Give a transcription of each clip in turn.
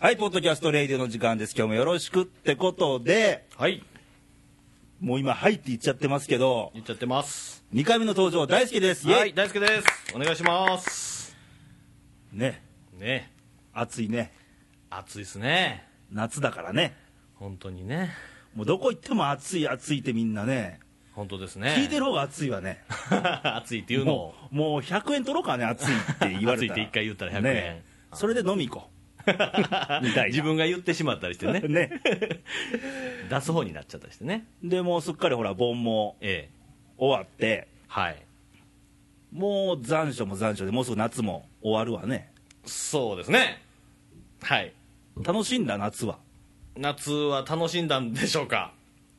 はい、ポッドキャストレイディオの時間です。今日もよろしくってことで、はいもう今、はいって言っちゃってますけど、言っちゃってます2回目の登場、大好きです。イェイはい大輔ですお願いしますね、ね暑いね。暑いですね夏だからね。本当にねもうどこ行っても暑い、暑いってみんなね。本当ですね聞いてる方が暑いわね。 暑いっていうのをもう、もう100円取ろうかね、暑いって言われたら。 暑いって一回言ったら100円ねそれで飲み行こう。みたいな。 自分が言ってしまったりして ねね。出す方になっちゃったりしてね で、もうすっかりほら、盆もええ終わって、はいもう残暑も残暑で、もうすぐ夏も終わるわね。そうですねはい楽しんだ夏は。夏は楽しんだんでしょうか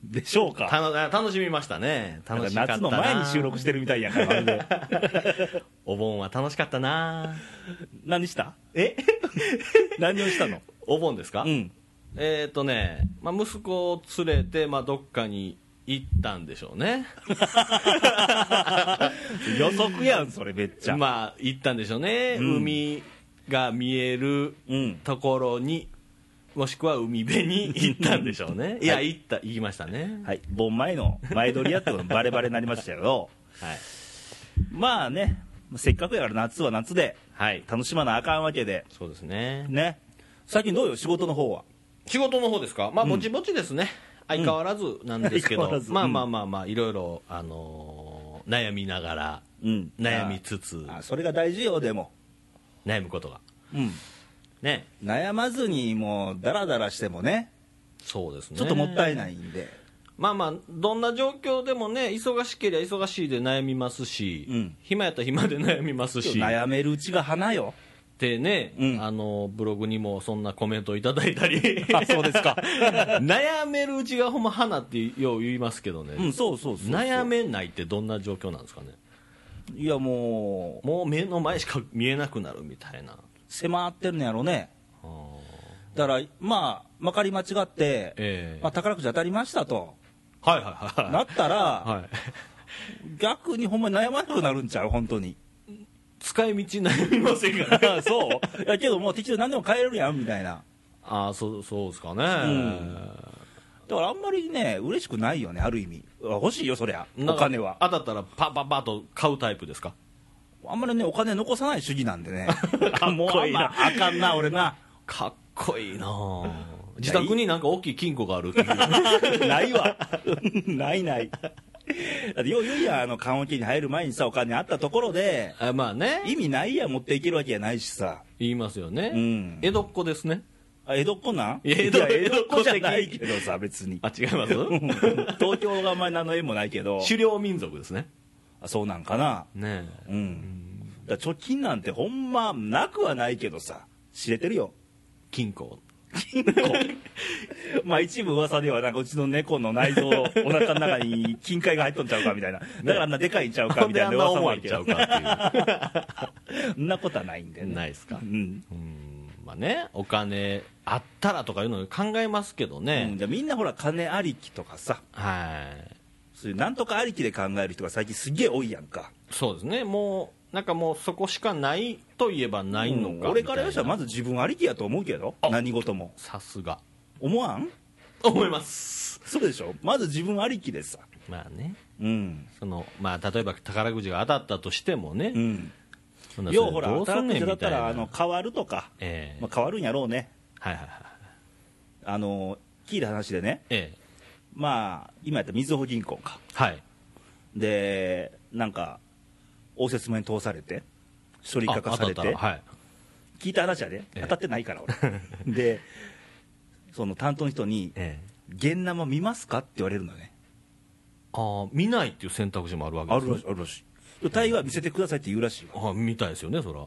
でしょうか。たのあ楽しみましたねなん楽かしかったな夏の前に収録してるみたいやんかまるでお盆は楽しかったな何したえ 何をしたのお盆ですかうんえっ、ー、とね、まあ、息子を連れて、まあ、どっかに行ったんでしょうね、予測やんそれめっちゃ、まあ、行ったんでしょうね、うん海が見えるうんところに、もしくは海辺に行ったんでしょうね、いや、行った、行きましたね、はい盆前の前撮りやってことバレバレになりましたけどはい、まあねせっかくやから夏は夏ではい、楽しまなあかんわけでそうですね、ね最近どうよ仕事の方は仕事の方ですか、まあ、ぼちぼちですね、相変わらずなんですけ相ど変わら、ずまあうんまあまあまあ、いろいろ、あのー悩みながら、うん悩みつつ、あそれが大事よでも悩むことが、うんね、悩まずにもうダラダラしてもねそうですね。ちょっともったいないんで、まあまあ、どんな状況でもね、忙しければ忙しいで悩みますし、うん暇やったら暇で悩みますし、悩めるうちが花よでね、うん、あの、ブログにもそんなコメントいただいたりあ そうですか 悩めるうちがほんま花ってよう言いますけどね、うんそうそうそうそう悩めないってどんな状況なんですかね。いやもうもう目の前しか見えなくなるみたいな。迫ってるんやろねあーだからまあまかり間違って、ええまあ、宝くじ当たりましたとはいはいはい。なったら、はい、逆にほんまに悩まなくなるんちゃう本当に使い道悩みませんから そういやけどもう適当に何でも買えるやんみたいなああ、そう、そうですかね。んだからあんまりね嬉しくないよねある意味あ欲しいよそりゃなんかお金はあ当たったらパッパッパッと買うタイプですかあんまりねお金残さない主義なんでね かっもうこあいんいまなあかんな俺なかっこいい なぁ自宅になんか大きい金庫があるっていうないわ ないないだってよう言うやんあの缶桶に入る前にさお金あったところであまあね意味ないやん持っていけるわけじゃないしさ言いますよね、うん江戸っ子ですねあ江戸っ子なんいや江戸いや江戸っ子じゃ江戸っ子じゃなないいけどさ別にあ違いまうんす東京があんまり何の縁もないけ ど狩猟民族ですねあそうなんかなねうん、だから貯金なんてほんまなくはないけどさ知れてるよえ金庫金庫まあ一部噂ではなんかうちの猫の内 臓お腹の中に金塊が入っとんちゃうかみたいなだからあんなでかいんちゃうかほんみでたあいんなな噂も重あいるんけちゃどうかっそんなことはないんだていようねないで すかうんうんまあねお金あったらとかいうの考えますけどうん、ね、じゃあみんなほら金ありきとかさはいそういうなんとかありきで考える人が最近すげえ多いやんかそうですねもうなんかもうそこしかないといえばないのかみたいな、うん俺から言わしたらまず自分ありきやと思うけど何事もさすが思わん思いますそうでしょまず自分ありきでさまあねうんそのまあ例えば宝くじが当たったとしてもね、うんそんなそれようほらどうす宝んくねじんだっみたたいならあの変わるとか、ええまあ、変わるんやろうねはいはいはいあの聞いた話でねええまあ今やったらみずほ銀行かはいでなんか応接面通されて処理化化されあ当たてったらはい聞いた話やでええ当たってないから 俺でその担当の人にええ「現生見ますか?」って言われるのねああ見ないっていう選択肢もあるわけあでするらしいあるらしい対は見せてくださいって言うらしいわあ見たいですよねそら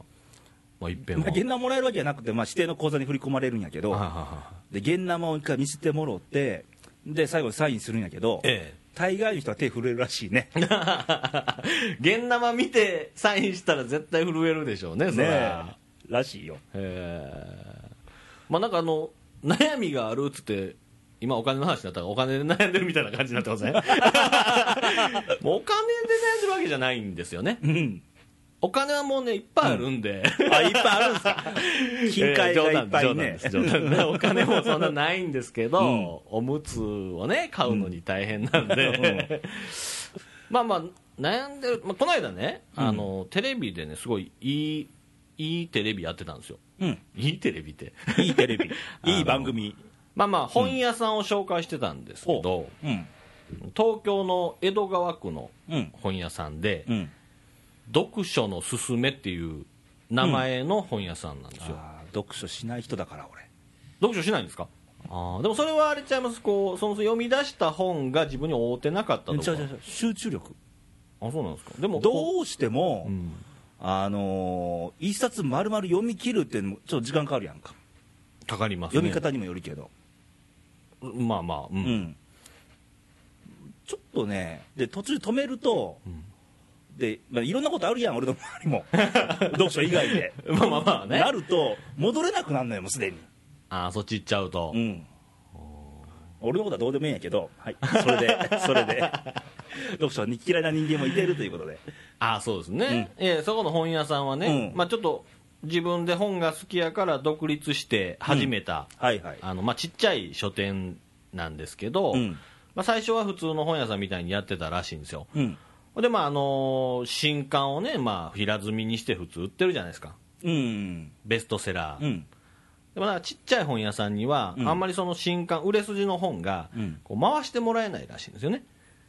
まあいっぺんまはあ、現ナもらえるわけじゃなくて、まあ、指定の口座に振り込まれるんやけど、はいはいはで現ナを一回見せてもろって、で最後にサインするんやけど、いえ大概の人は手震えるらしいね、ねえ現生見てサインしたら絶対震えるでしょうねそらえらしいよ、ええまあなんかあの悩みがあるっつって今お金の話になったからお金で悩んでるみたいな感じに なってませんもうお金で悩んでるわけじゃないんですよねうん、お金はもうねいっぱいあるんで、あいっぱいあるんですか 金塊がいっぱいね、えー冗談です冗談ですお金もそんなないんですけど、うんおむつをね買うのに大変なんで、うんまあまあ悩んでる、まあ、この間ね、うんあのテレビでねすごいいいいいテレビやってたんですようん、いいテレビっていいテレビ あのいい番組まあまあ本屋さんを紹介してたんですけど、うん東京の江戸川区のうん本屋さんで、うん読書のすすめっていう名前の本屋さんなんですよ、あー読書しない人だから俺読書しないんですかあーでもそれはあれちゃいますこうその読み出した本が自分に合うてなかったとか違う違う違う集中力あそうなんですかでもこどうしても、う、うんあのー一冊丸々読み切るっていうのもちょっと時間かかるやんかかかります、ね、読み方にもよるけど、まあまあう、うんんちょっとねで途中止めると、んでまあ、いろんなことあるやん俺の周りも 読書以外で、 まあまあまあねなると戻れなくなるのよもうすでにあーそっち行っちゃうと、うん俺のことはどうでもいいんやけど、はい、それ でそれで読書に嫌いな人間もいてるということでああそうですね、ええそこの本屋さんはね、うんまあ、ちょっと自分で本が好きやから独立して始めた、はいはいあのまあ、ちっちゃい書店なんですけど、うんまあ、最初は普通の本屋さんみたいにやってたらしいんですようんでまああのー新刊をね、まあ、平積みにして普通売ってるじゃないですかうんベストセラー、うんでもなんかちっちゃい本屋さんには、うんあんまりその新刊売れ筋の本が、うんこう回してもらえないらしいんですよね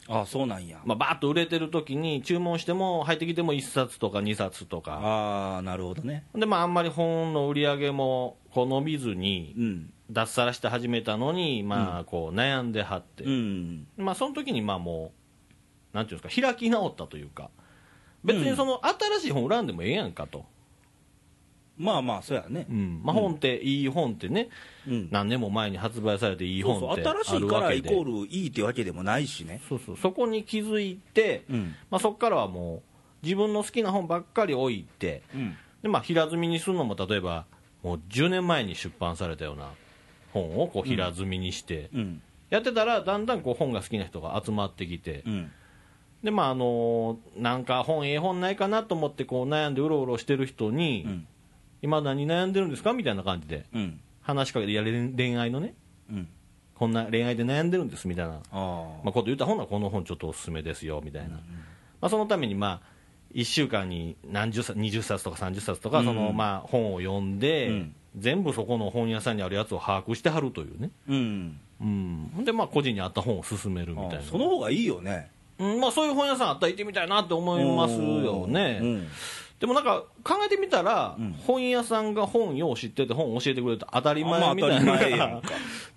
ああそうなんや、まあ、バーッと売れてる時に注文しても入ってきても1冊とか2冊とかああなるほどねでまああんまり本の売り上げもこう伸びずにうん脱サラして始めたのに、まあ、こう悩んではって、うんまあ、その時にまあもうなんていうんですか開き直ったというか別にその新しい本売らんでもええやんかと、まあまあそうやねうんまあ、本って、いい本ってねうん何年も前に発売されていいそう本そっうて新しあいるかわらけイでコールいいってわけでもないしねそうそうそこに気づいて、うんまあ、そこからはもう自分の好きな本ばっかり置いてうんで、まあ、平積みにするのも例えばもう10年前に出版されたような本をこう平積みにして、うんやってたらだんだんこう本が好きな人が集まってきて、うんでまああのなんか本ええ本ないかなと思ってこう悩んでうろうろしてる人に、うん今何悩んでるんですかみたいな感じでうん話しかけていやれ恋愛のねうんこんな恋愛で悩んでるんですみたいな、あまあ、こと言ったらほんならこの本ちょっとおすすめですよみたいな、まあ、そのためにまあ1週間に何十冊20冊とか30冊とか、うんそのまあ本を読んで、うん全部そこの本屋さんにあるやつを把握してはるというね、あうんうん、ほんでまあ個人に合った本を勧めるみあたいなあその方がいいよねうんまあ、そういう本屋さんあったら行ってみたいなって思いますよね、うんでもなんか考えてみたら、うん本屋さんが本よう知ってて本教えてくれると当たりま前あみ当たたいりな、前やんか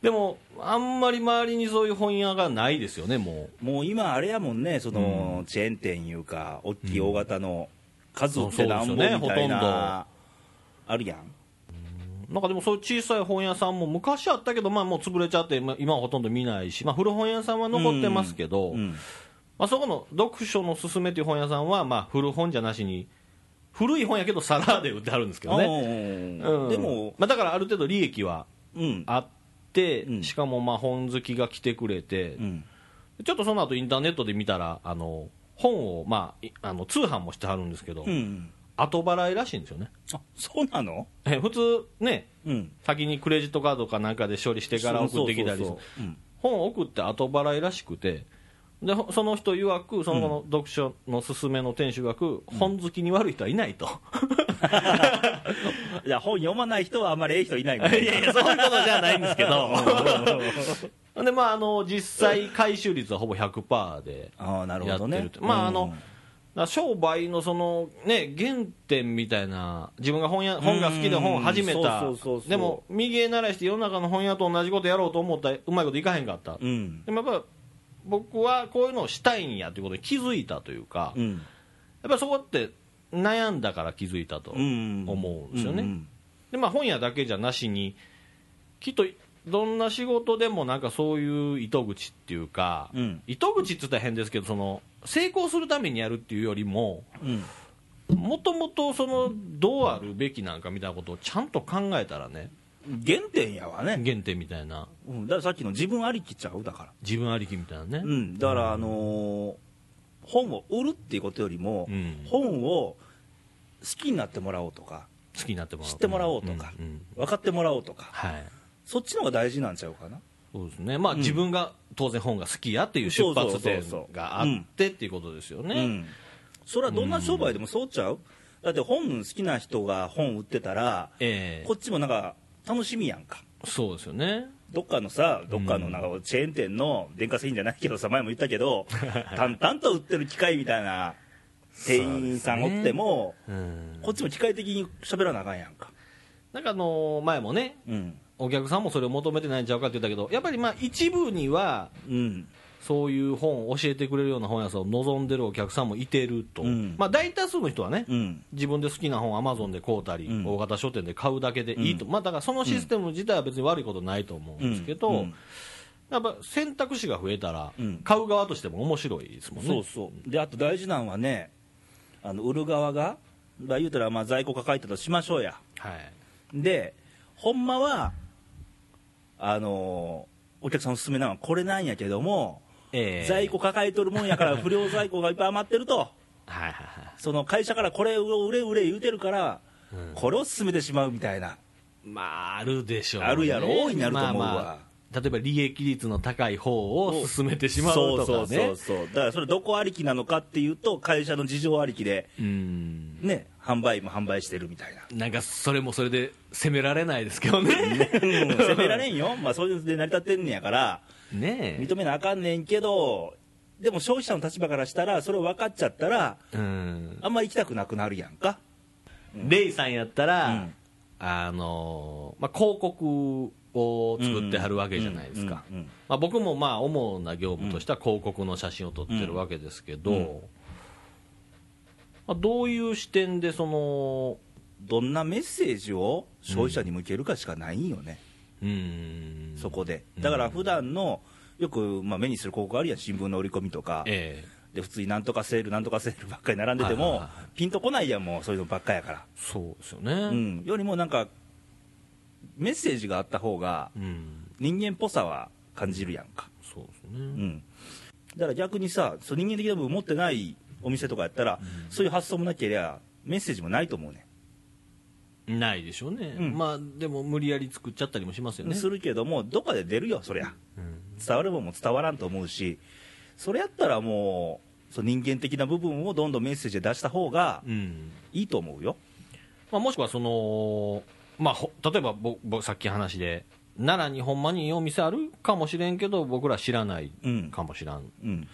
でもあんまり周りにそういう本屋がないですよねももう今あれやもんねそのチェーン店いうか大きい大型の数売ってなんぼみそうそうたですいよねほとんなどあるやんうなんかでもそういう小さい本屋さんも昔あったけど、まあ、もう潰れちゃってま今はほとんど見ないし、まあ、古本屋さんは残ってますけど、うんまあ、そこの読書のすすめという本屋さんは、まあ、古本じゃなしに古い本やけど皿で売ってあるんですけどね、うんでもまあ、だからある程度利益はうんあって、うんしかもまあ本好きが来てくれて、うんちょっとその後インターネットで見たらあの本を、まあい、あの通販もしてはるんですけど、うん後払いらしいんですよねあそうなのえ普通ねうん先にクレジットカードかなんかで処理してから送ってきたりすそるうそうそううん本を送って後払いらしくてでほその人曰くその後の読書のすすめの店主曰く、本好きに悪い人はいない といや本読まない人はあんまりええ人いない いもんねやいやそういうことじゃないんですけど でまああの実際回収率はほぼ100%でああなるほどやねってるとまああのだから商売のその、ね、原点みたいな、自分が本屋本が好きで本を始めたそうそうそうそう、でも右へ慣らして世の中の本屋と同じことやろうと思ったらうまいこといかへんかった、うんでもやっぱ僕はこういうのをしたいんやということに気づいたというか、うやっんぱりそこって悩んだから気づいたと、うん思うんですよねうんでまあ、本屋だけじゃなしに、きっとどんな仕事でもなんかそういう糸口っていうか、うん糸口って言ったら変ですけど、その成功するためにやるっていうよりも、うんもともとそのどうあるべきなんかみたいなことをちゃんと考えたらね原点やわね原点みたいなうんだからさっきの自分ありきちゃうだから自分ありきみたいなね、うん、だから、あのー本を売るっていうことよりも、うん本をきになってもらおうとか、好きになってもらおう知ってもらおうとかんんん、分かってもらおうとか、はいそっちの方が大事なんちゃうかな。そうですねまあ、うん自分が当然本が好きやっていう出発点そうそうそうそうがあってっていうことですよね、うん、それはどんな商売でもそうちゃう、だって本好きな人が本売ってたら、ええこっちもなんか楽しみやんか。そうですよねどっかのさ、どっかのなんかチェーン店の電化製品じゃないけどさ、前も言ったけ ど、淡々と売ってる機械みたいな店員さんおっても、うんこっちも機械的に喋らなあかんやんか。なんかあの前もねうん。お客さんもそれを求めてないんちゃうかって言ったけどやっぱりまあ一部にはうん。そういう本を教えてくれるような本屋さんを望んでるお客さんもいてると、うんまあ、大多数の人はね、うん。自分で好きな本、アマゾンで買うたり、うん大型書店で買うだけでいいと、まあ、だからそのシステム自体は別に悪いことないと思うんですけど、うんやっぱ選択肢が増えたら、うん買う側としても面白いですもんね。そうそう。で、あと大事なのはね、あの売る側が、まあ、言うたらまあ在庫抱えてたとしましょうや。はいで、ほんまは、あのお客さんおすすめなのはこれなんやけども、ええ在庫抱えとるもんやから不良在庫がいっぱい余ってると。はいはいはいその会社からこれを売れ売れ言うてるから、うんこれを勧めてしまうみたいな、まあ、あるでしょう、ね、あるやろ大いにあると思うわあ、例えば利益率の高い方を進めてしまうとかねそうそうそうそうだからそれどこありきなのかっていうと会社の事情ありきでうんね販売も販売してるみ たいななんかそれもそれで責められないですけど ねうん責められんよまあそういうので成り立ってんねやからねえ認めなあかんねんけどでも消費者の立場からしたらそれを分かっちゃったらうんあんま行きたくなくなるやんかレイさんやったら、うんあのーまあ、広告を作ってはるわけじゃないですか、うんうんうんうんまあ、僕もまあ主な業務としては広告の写真を撮ってるわけですけど、うんまあ、どういう視点でそのどんなメッセージを消費者に向けるかしかないんよね、うんそこでだから普段のよくまあ目にする広告あるやん新聞の折り込みとか、ええで普通になんとかセール、なんとかセールばっ かり並んでても、はいはいピンとこないやん、もうそういうのばっかやから、そうですよね、ううんん、よりもなんか、メッセージがあった方が、人間っぽさは感じるやんか、そうですうね、ん、だから逆にさ、そう人間的な部分持ってないお店とかやったら、そういう発想もなけりゃ、メッセージもないと思うね、ないでしょうね、うんまあでも無理やり作っちゃったりもしますよね、するけども、どっかで出るよ、そりゃ、うん伝わるもんも伝わらんと思うし、それやったらもう、そう人間的な部分をどんどんメッセージで出した方がうんいいと思うよ。まあ、もしくはその、まあ、ほ例えばぼぼさっき話で奈良にほんまにいいお店あるかもしれんけど僕ら知らないうんかもしらん、うん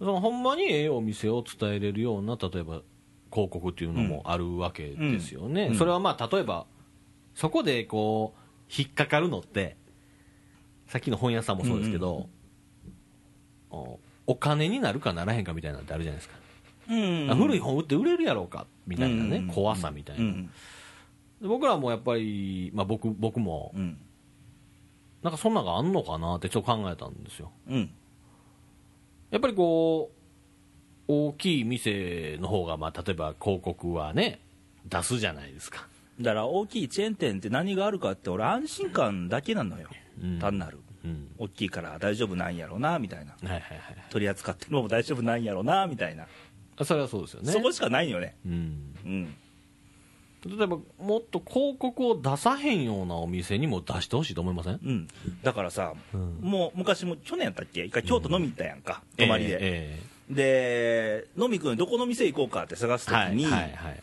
そのほんまにええお店を伝えれるような例えば広告っていうのもあるわけですよね、うんうんそれはまあ例えばそこでこう引っかかるのってさっきの本屋さんもそうですけど、おお金になるかならへんかみたいなのってあるじゃないですか、うんあ古い本売って売れるやろうかみたいなね、うん怖さみたいな、うんで僕らもやっぱり、まあ、僕僕もうんなんかそんなんがあんのかなってちょっと考えたんですようんやっぱりこう大きい店の方がまあ例えば広告はね出すじゃないですか、だから大きいチェーン店って何があるかって俺安心感だけなのよ、うん単なるうん、大きいから大丈夫なんやろなみたいなはいはいはい取り扱ってるのも大丈夫なんやろなみたいな、あそれはそうですよねそこしかないよねうん、うん例えばもっと広告を出さへんようなお店にも出してほしいと思いませんうんだからさ、うんもう昔も去年やったっけ一回京都飲み行ったやんか、泊まりで、えで飲み行くのにどこの店行こうかって探す時えええはいに、はいはい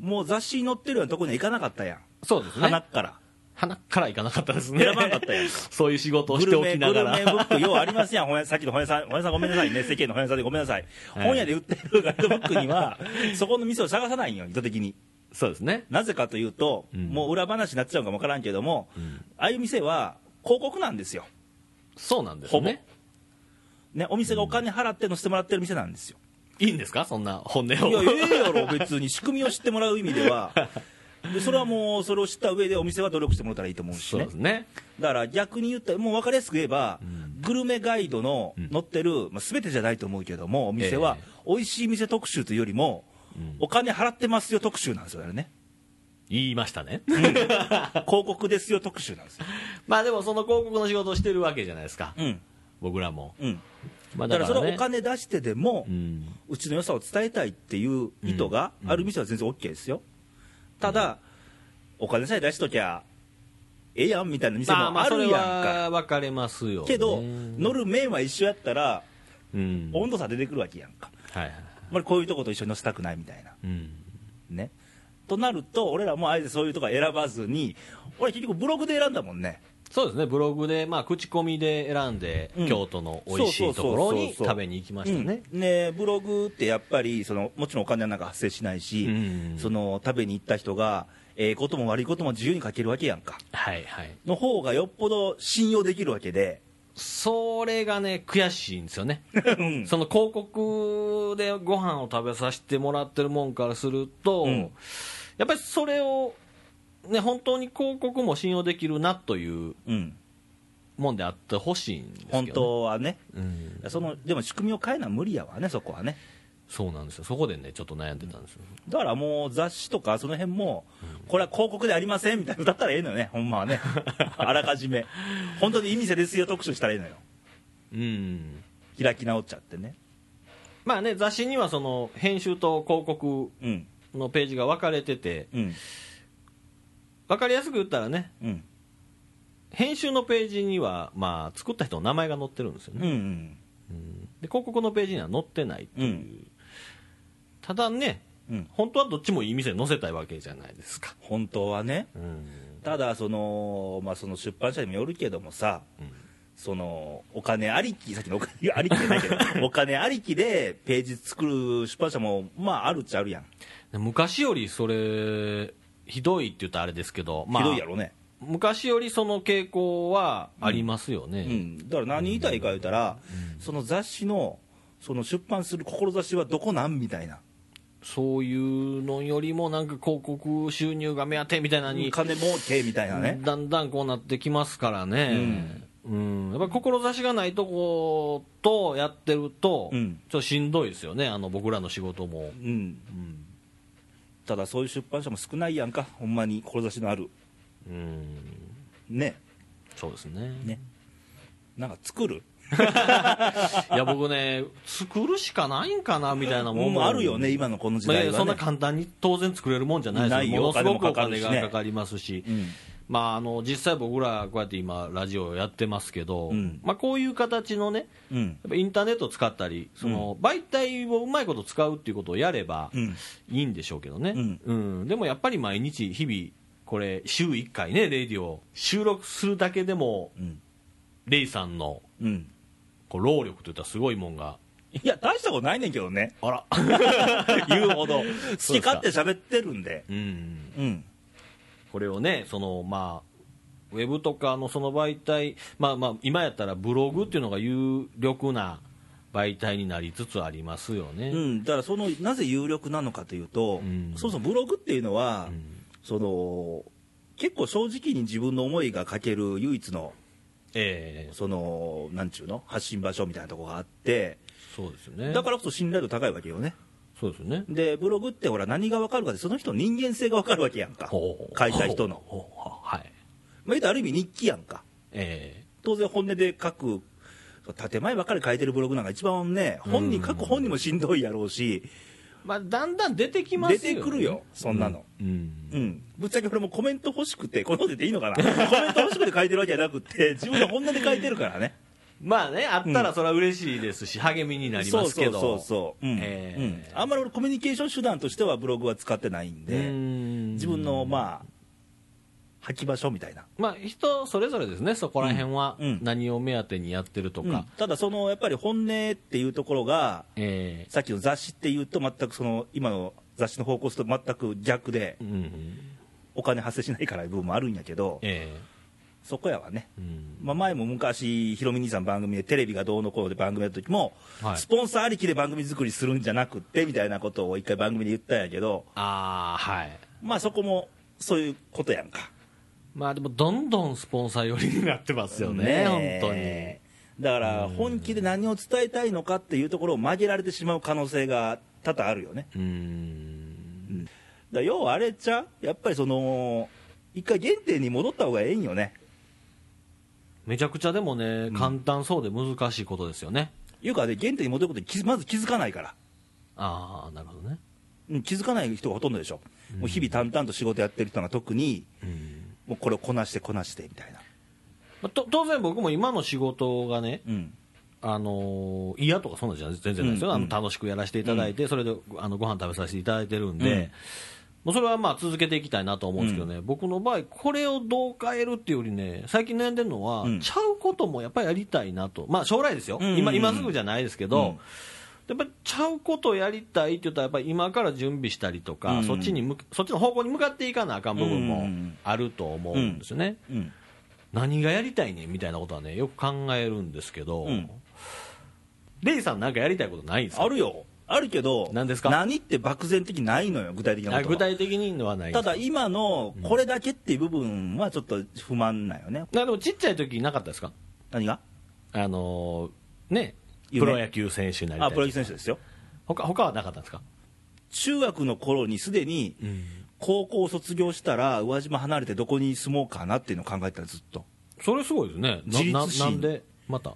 もう雑誌に載ってるようなとこには行かなかったやんそうですね鼻っから鼻からいかなかったですね選ばんかったやんか そういう仕事をグしてルおメきグながルらメブック、ようありますやん、本屋さっきの本屋さん、本屋さんごめんなさいね、世間の本屋さんでごめんなさい、はい本屋で売ってるガイドブックに は、そこの店を探さないんよ、意図的に。そうですねなぜかというと、うんもう裏話になっちゃうかもわからんけども、んああいう店は広告なんですよ、そうなんですほぼね。ね、お店がお金払って載せてもらってる店なんですよ。いいんですかそんな本音いや、を。ええやろ、別に、仕組みを知ってもらう意味では。でそれはもう、それを知った上で、お店は努力してもらったらいいと思うしそうねで。すね。だから逆に言ったら、もう分かりやすく言えば、グルメガイドの載ってる、まあ、全てじゃないと思うけども、お店はえ、美味しい店特集というよりも、お金払ってますよ特集なんですよ、あれね、言いましたね。 広告ですよ特集なんですよ、まあでもその広告の仕事をしてるわけじゃないですか。うん、僕らも。うん、まあだだかかそらられねはお金出してでも、うんうちの良さを伝えたいっていう意図がある店は全然 OK ですよ、ただ、お金さえ出しときゃええやんみたいな店まあもまああそるれやんか、は分かれますよねけど、うん乗る面は一緒やったら、うん温度差出てくるわけやんか、はいはいあんまりこういうとこと一緒に乗せたくないみたいな、うんね。となると、俺らもあえてそういうとこは選ばずに、俺、結局、ブログで選んだもんね、そうですねブログで、まあ、口コミで選んで、うん京都の美味しいところにそうそうそうそう食べに行きましたね、うんねブログってやっぱりそのもちろんお金はなんか発生しないし、うんその食べに行った人がええことも悪いことも自由に書けるわけやんかはいはいの方がよっぽど信用できるわけで、それがね悔しいんですよねうんその広告でご飯を食べさせてもらってるもんからすると、うんやっぱりそれを、ね、本当に広告も信用できるなといううんもんであってほしいんですけど、本ね、当はねうん、そのでも仕組みを変えな無理やわねそこはねそうなんですよそこでねちょっと悩んでたんですよ、だからもう雑誌とかその辺もこれは広告でありませんみたいなのだったらええのよねほんまはねあらかじめ本当にいい店ですよ特集したらええのようん、開き直っちゃってねまあね雑誌にはその編集と広告うんのページが分かれててうん分かりやすく言ったらねうん編集のページには、まあ、作った人の名前が載ってるんですよねうんうんで広告のページには載ってないっていう、うんただねうん本当はどっちもいい店に載せたいわけじゃないですか、本当はねうんただその、まあ、その出版社にもよるけどもさ、そのお金ありきさっきのお金ありきじゃないけど お金ありきでページ作る出版社もまああるっちゃあるやん、で昔よりそれひどいって言ったらあれですけど、まあ、ひどいやろね、昔よりその傾向はありますよね、うん、だから何言いたいか言うたら、その雑誌のその出版する志はどこなんみたいなそういうのよりもなんか広告収入が目当てみたいなのに、金儲けみたいなね、だんだんこうなってきますからね、うんやっぱり志がないとことやってると、うんちょっとしんどいですよねあの僕らの仕事も、うんただそういう出版社も少ないやんかほんまに志のあるうん、ねそうですねねなんか作るいや僕ね作るしかないんかなみたいなもんもうあるよね今のこの時まあい代は、やねそんな簡単に当然作れるもんじゃないでなすいよよものすごくおお金もかかる金しねがかかりますし、うんまあ、あの実際僕らこうやって今ラジオやってますけど、うんまあ、こういう形のねうんやっぱインターネットを使ったりその媒体をうまいこと使うっていうことをやればうんいいんでしょうけどね、うんうんでもやっぱり毎日日々これ週1回ねレイディを収録するだけでもうんレイさんの うんこう労力といったらすごいもんがいや大したことないねんけどねあら 言うほど好き勝手喋ってるんでうん、うんこれをねその、まあ、ウェブとかのその媒体、まあまあ、今やったらブログっていうのが有力な媒体になりつつありますよね。うん、だからそのなぜ有力なのかというと、うんそもそもブログっていうのは、その結構正直に自分の思いが書ける唯一のええそのなんちゅうの発信場所みたいなとこがあってそうですよね。だからこそ信頼度高いわけよねそうですよね。でブログってほら何が分かるかでその人の人間性が分かるわけやんかほう書いた人の、ほうほうはい。まあ、言うたらある意味日記やんかえ当然本音で書く建前ばっかり書いてるブログなんか一番ね本人書く本人もしんどいやろうしえまあ、だんだん出てきます出よ、ね。てくるよ。そんなの、うん。うん、ぶっちゃけこれもコメント欲しくて、このことでいいのかな、コ メント欲しくて書いてるわけじゃなくて、自分の本音で書いてるからね、まあね、あったらそれは嬉しいですし、励みになりそまうすけそうど。そうそう、うんええうんあんまり俺、コミュニケーション手段としてはブログは使ってないんうで、ん自分のまあ、吐き場所みたいな、まあ、人それぞれですね、そこら辺はうんうん何を目当てにやってるとか、うんただ、そのやっぱり本音っていうところが、えさっきの雑誌っていうと、全くその今の雑誌の方向性と全く逆でえ、うん、お金発生しないから部分もあるんやけど、えそこやわね。えうん、まあ、前も昔、ひろみ兄さん番組でテレビがどうのこうので番組やった時も、はいスポンサーありきで番組作りするんじゃなくってみたいなことを一回番組で言ったんやけど、ああ、はい。まあそこもそういうことやんか。まあでも、どんどんスポンサー寄りになってますよね、え本当に。。だから本気で何を伝えたいのかっていうところを曲げられてしまう可能性が多々あるよね。うーん、だから要はあれちゃうやっぱりその、一回原点に戻った方がええんよね。めちゃくちゃでもね、簡単そうで難しいことですよね。いうかね、原点に戻ることに気づまず気づかないから、ああなるほどねうん気づかない人がほとんどでしょ、もう日々淡々と仕事やってる人が特に、うん、もうこれをこなしてこなしてみたいな、まあ、と当然僕も今の仕事がね、うん、あのー嫌とかそんなんじゃ全然ないですよ、うんあの楽しくやらせていただいて、それであのご飯食べさせていただいてるんで、もうそれはまあ続けていきたいなと思うんですけどね、僕の場合、これをどう変えるっていうよりね、最近悩んでるのは、うんちゃうこともやっぱりやりたいなと、まあ、将来ですよ、うんうんうん今、今すぐじゃないですけうどん、やっぱりちゃうことやりたいって言ったら、やっぱり今から準備したりとか、うんそっちに向けそっちの方向に向かっていかなあかん部分うんうもんうんあると思うんですよね。うん、何がやりたいねんみたいなことはねよく考えるんですけど、うんレイさんなんかやりたいことないんですかあるよ、あるけど、何ですか何って漠然的にないのよ、具体的なことあは具体的にはないんでたすかだ、今のこれだけっていう部分はちょっと不満なんよね、なでもちっちゃい時なかったですか何があのーねプ夢ロ野球選手になりたいあプロ野球選手ですよ、他他はなかったんですか、中学の頃にすでに高校を卒業したら、宇和島離れてどこに住もうかなっていうのを考えてたのずっと。それすごいですねな自立心ななんでまた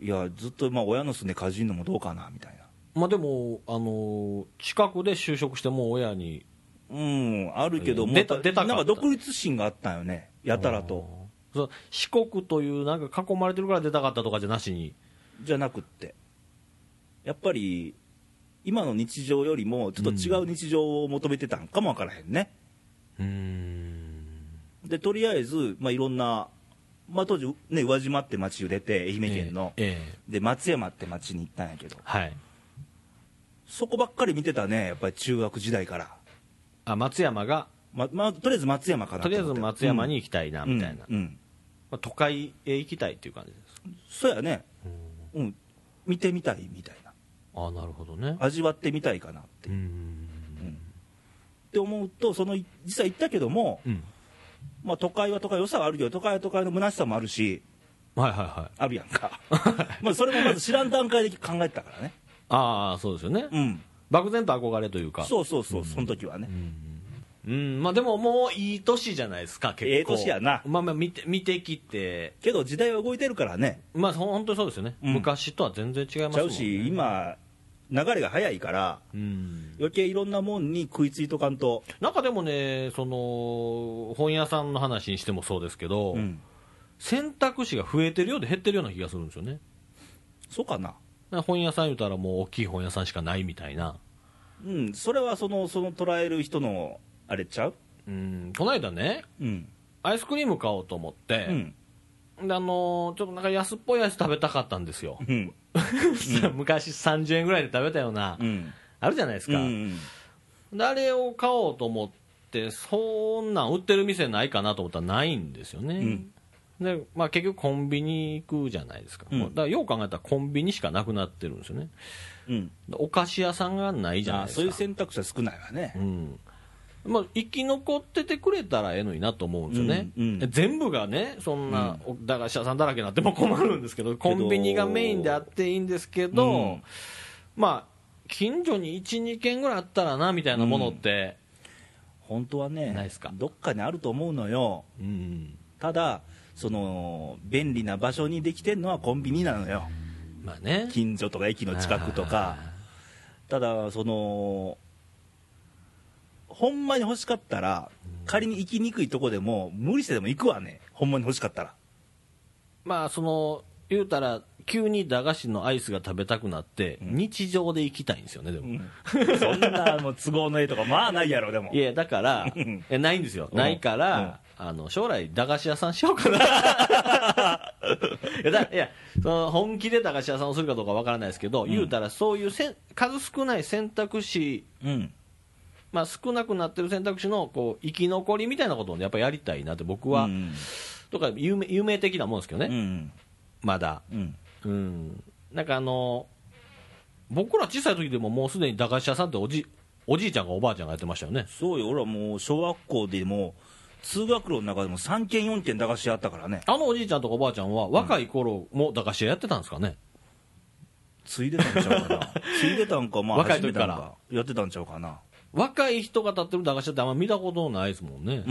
いや、ずっとまあ親のすねかじんのもどうかなみたいな。まあでも、あのー近くで就職してもう親にうん、あるけど、うんもう出た出たかったなんか独立心があったよね、やたらと、あーそう四国というなんか囲まれてるから出たかったとかじゃなしにじゃなくって、やっぱり、今の日常よりも、ちょっと違う日常を求めてたんかもわからへんね、うんでとりあえず、まあ、いろんな、まあ、当時、ね、宇和島って町を出て、愛媛県の、ええええで松山って町に行ったんやけど、はいそこばっかり見てたね、やっぱり中学時代から、あ松山がままあ、とりあえず松山かなとりあえず松山に行行きたいなたみたいな、うんうんまあ、都会へ行きたいっていう感じですそうやね、うん、見てみたいみたいな、ああなるほどね味わってみたいかなって。うんって思うと、その実際行ったけども、うんまあ、都会は都会、良さはあるけど、都会は都会の虚しさもあるし、はいはいはいあるやんか、まあそれもまず知らん段階で考えてたからね、ああそうですよね、うん、漠然と憧れというかそうそうそう、その時はね、うんまあでももういい年じゃないですか結構ええ年やなまあまあ見て見てきてけど時代は動いてるからね、まあそ本当にそうですよね、うん昔とは全然違いますもん、ね、ちゃうし、今、流れが早いから、うん余計いろんなもんに食いついとかんと、なんかでもねその本屋さんの話にしてもそうですけど、うん、選択肢が増えてるようで減ってるような気がするんですよねそうかな、本屋さん言うたらもう大きい本屋さんしかないみたいな、うん、それはそのその捉える人のあれちゃう、うん、この間ねうん、アイスクリーム買おうと思っうて、ん、であのーちょっとなんか安っぽいアイス食べたかったんですよ、うん、 昔30円ぐらいで食べたような、うん、あるじゃないですうか、ん、であれを買おうと思ってそんなん売ってる店ないかなと思ったらないんですよね、うんでまあ、結局コンビニ行くじゃないですか、うんもうだからよう考えたらコンビニしかなくなってるんですよねうん、でお菓子屋さんがないじゃないあですかそういう選択肢は少ないわねう。んまあ、生き残っててくれたらええのになと思うんですよね、うんうん全部がね、そんな、お駄菓子屋さんだらけになっても困るんですけど、コンビニがメインであっていいんですけど、うんまあ、近所に1、2軒ぐらいあったらなみたいなものって、本当はねないっすかどっかにあると思うのようんただその便利な場所にできてるのはコンビニなのよまあね、近所とか駅の近くとかただそのほんまに欲しかったら仮に行きにくいとこでも無理してでも行くわねほんまに欲しかったらまあ、その、言うたら、急に駄菓子のアイスが食べたくなって、日常で行きたいんですよね、でも。そんなもう都合のいいとかまあないやろでもいや、だから、えないんですよ。うんないから、あの、将来、駄菓子屋さんしようかな。 いや、だいやその本気で駄菓子屋さんをするかどうかわからないですけど、言うたら、そういうせん数少ない選択肢、うんまあ、少なくなってる選択肢の、こう、生き残りみたいなことをねやっぱりやりたいなって、僕は、うんとか有名、有名的なもんですけどうね、んまだ。うんうん。なんかあの、僕ら小さい時でももうすでに駄菓子屋さんっておじ、おじいちゃんかおばあちゃんがやってましたよね。そうよ俺はもう小学校でも通学路の中でも3軒4軒駄菓子屋あったからねあのおじいちゃんとかおばあちゃんは、若い頃も駄菓子屋やってたんですかね、ついでたんちゃうか なついでたんかまあ若い始め時たかんらかやってたんちゃうかな若い人が立ってる駄菓子屋ってあんま見たことないですもんね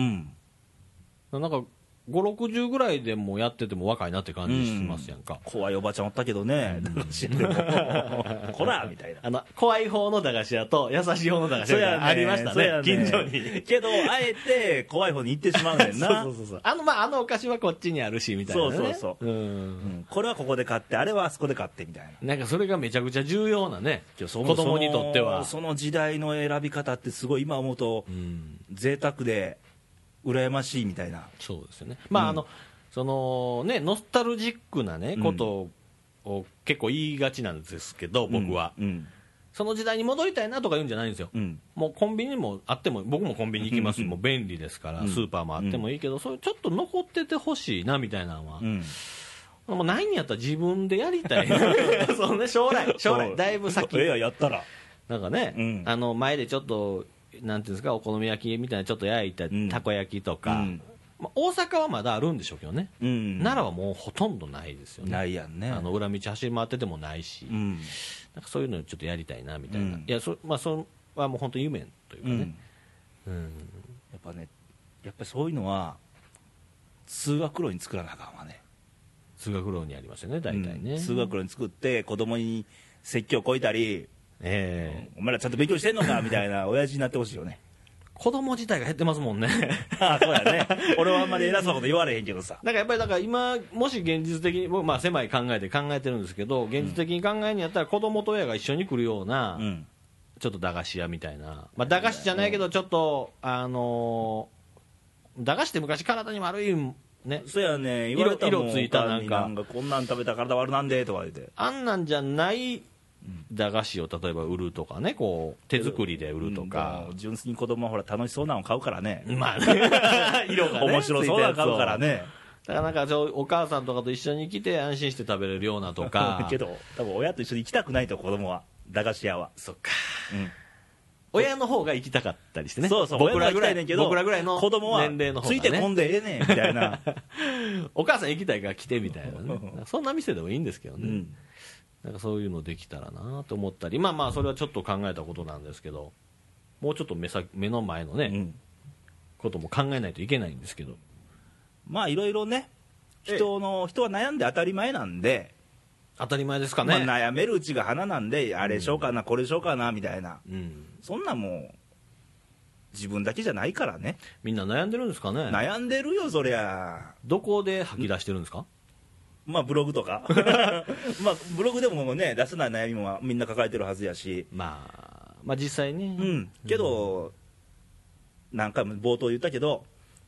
う、んなんか5、60ぐらいでもやってても若いなって感じしますやんか。怖いおばちゃんおったけどね、駄菓子屋でも こらみたいな。あの、怖い方の駄菓子屋と優しい方の駄菓子屋がありましたそうやね、近所に。。けど、あえて怖い方に行ってしまうね んな。そうそうそう。あの、まあ、あのお菓子はこっちにあるし、みたいな、ね。そうそうそう。ん。うんこれはここで買って、あれはあそこで買ってみたいな。なんかそれがめちゃくちゃ重要なね、子供にとっては。そのその時代の選び方ってすごい今思うとうん贅沢で羨ましいみたいなそうですよね。まあ、あの、そのね、ノスタルジックなね、うんことを結構言いがちなんですけど、僕は。うんその時代に戻りたいなとか言うんじゃないんですよ。うんもうコンビニもあっても、僕もコンビニ行きます、うんもう便利ですから、うんスーパーもあってもいいけど、そういうちょっと残っててほしいなみたいなのはう、んもうないんやったら自分でやり たい、そうね、将来、将来、だいぶ先、ええやんやったらなんかね、うんあの前でちょっと、なんていうんですか、お好み焼きみたいな、ちょっと焼いたんたこ焼きとか、うんまあ、大阪はまだあるんでしょうけどね、うん奈良はもうほとんどないですよね、ないやんねあの裏道走り回っててもないし、うんなんかそういうのちょっとやりたいなみたいな、うんいやそまあ、それはもう本当、夢といううかんね、うんやっぱねやっぱりそういうのは通学路に作らなあかんわね通学路にありますよね、大体ね。うん通学路に作って子供に説教こいたりええお前らちゃんと勉強してんのかみたいな親父になってほしいよね 子供自体が減ってますもんね。 ああそうやね俺はあんまり偉そうなこと言われへんけどさなんかやっぱりだから今、もし現実的に、僕まあ、狭い考えで考えてるんですけど、現実的に考えにやったら、子供と親が一緒に来るような、うんちょっと駄菓子屋みたいな、まあ、駄菓子じゃないけど、ちょっと、あのー駄菓子って昔、体に悪い、ね、そうやね言われたもん色色ついたなんかおかんにこんなん食べたら体悪なんでとか言ってあんなんじゃない駄菓子を例えば売るとかね、こう手作りで売るとかうん、純粋に子供はほら楽しそうなの買うからねまあ ね、色が、ね、面白そうなの買うからねだからなんかそうお母さんとかと一緒に来て安心して食べれるようなとか けど多分親と一緒に行きたくないと子供は駄菓子屋は、そっかうん親の方が行きたかったりしてねそうそう僕らぐら親いと行きたねんけど僕らぐらいの子供は年齢の方が、つね、いてこんでええねんみたいな、 お母さん行きたいから来てみたいなねそんな店でもいいんですけどうね、ん、なんかそういうのできたらなと思ったりまあまあそれはちょっと考えたことなんですけどもうちょっと目先目の前のね、うんことも考えないといけないんですけどまあいろいろね人の人は悩んで当たり前なんで、当たり前ですかまあね、悩めるうちが花なんであれしようかな、これしようかなみたいなうん、そんなもう自分だけじゃないからねみんな悩んでるんですかね悩んでるよそりゃどこで吐き出してるんですかまあブログと かまあブログでもね出せない悩みもみんな抱えてるはずやしまあ、まあ実際ね、うんけど、何回も冒頭言ったけど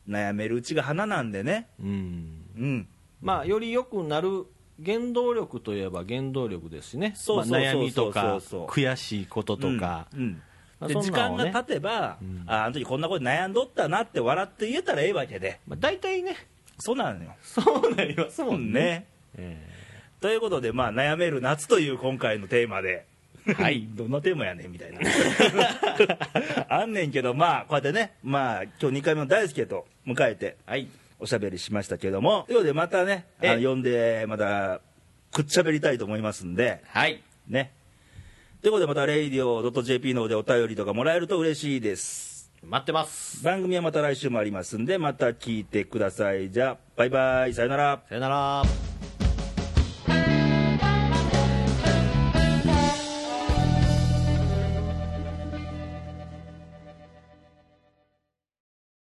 悩めるうちが花なんでねうんうんまあより良くなる原動力といえば原動力ですしねそうそうそうまあ悩みとそかうそうそう悔しいこととか、うんまあでそん時な間のをねが経てば、うんああの時こんなこと悩んどったなって笑って言えたらええわけでまあ、大体ねそうなのよ、そうなりますもんね、ねえということで、まあ、悩める夏という今回のテーマで、はい どんなテーマやねんみたいな、 あんねんけど、まあ、こうやってね、まあ、今日2回目の大輔と迎えて、えはいおしゃべりしましたけども、ということで、またね、あえの呼んで、また、くっちゃべりたいと思いますんで、はいね。ということで、また、radio.jp の方でお便りとかもらえると嬉しいです。待ってます番組はまた来週もありますんで、また聞いてください。じゃあ、バイバイ、さよなら。さよなら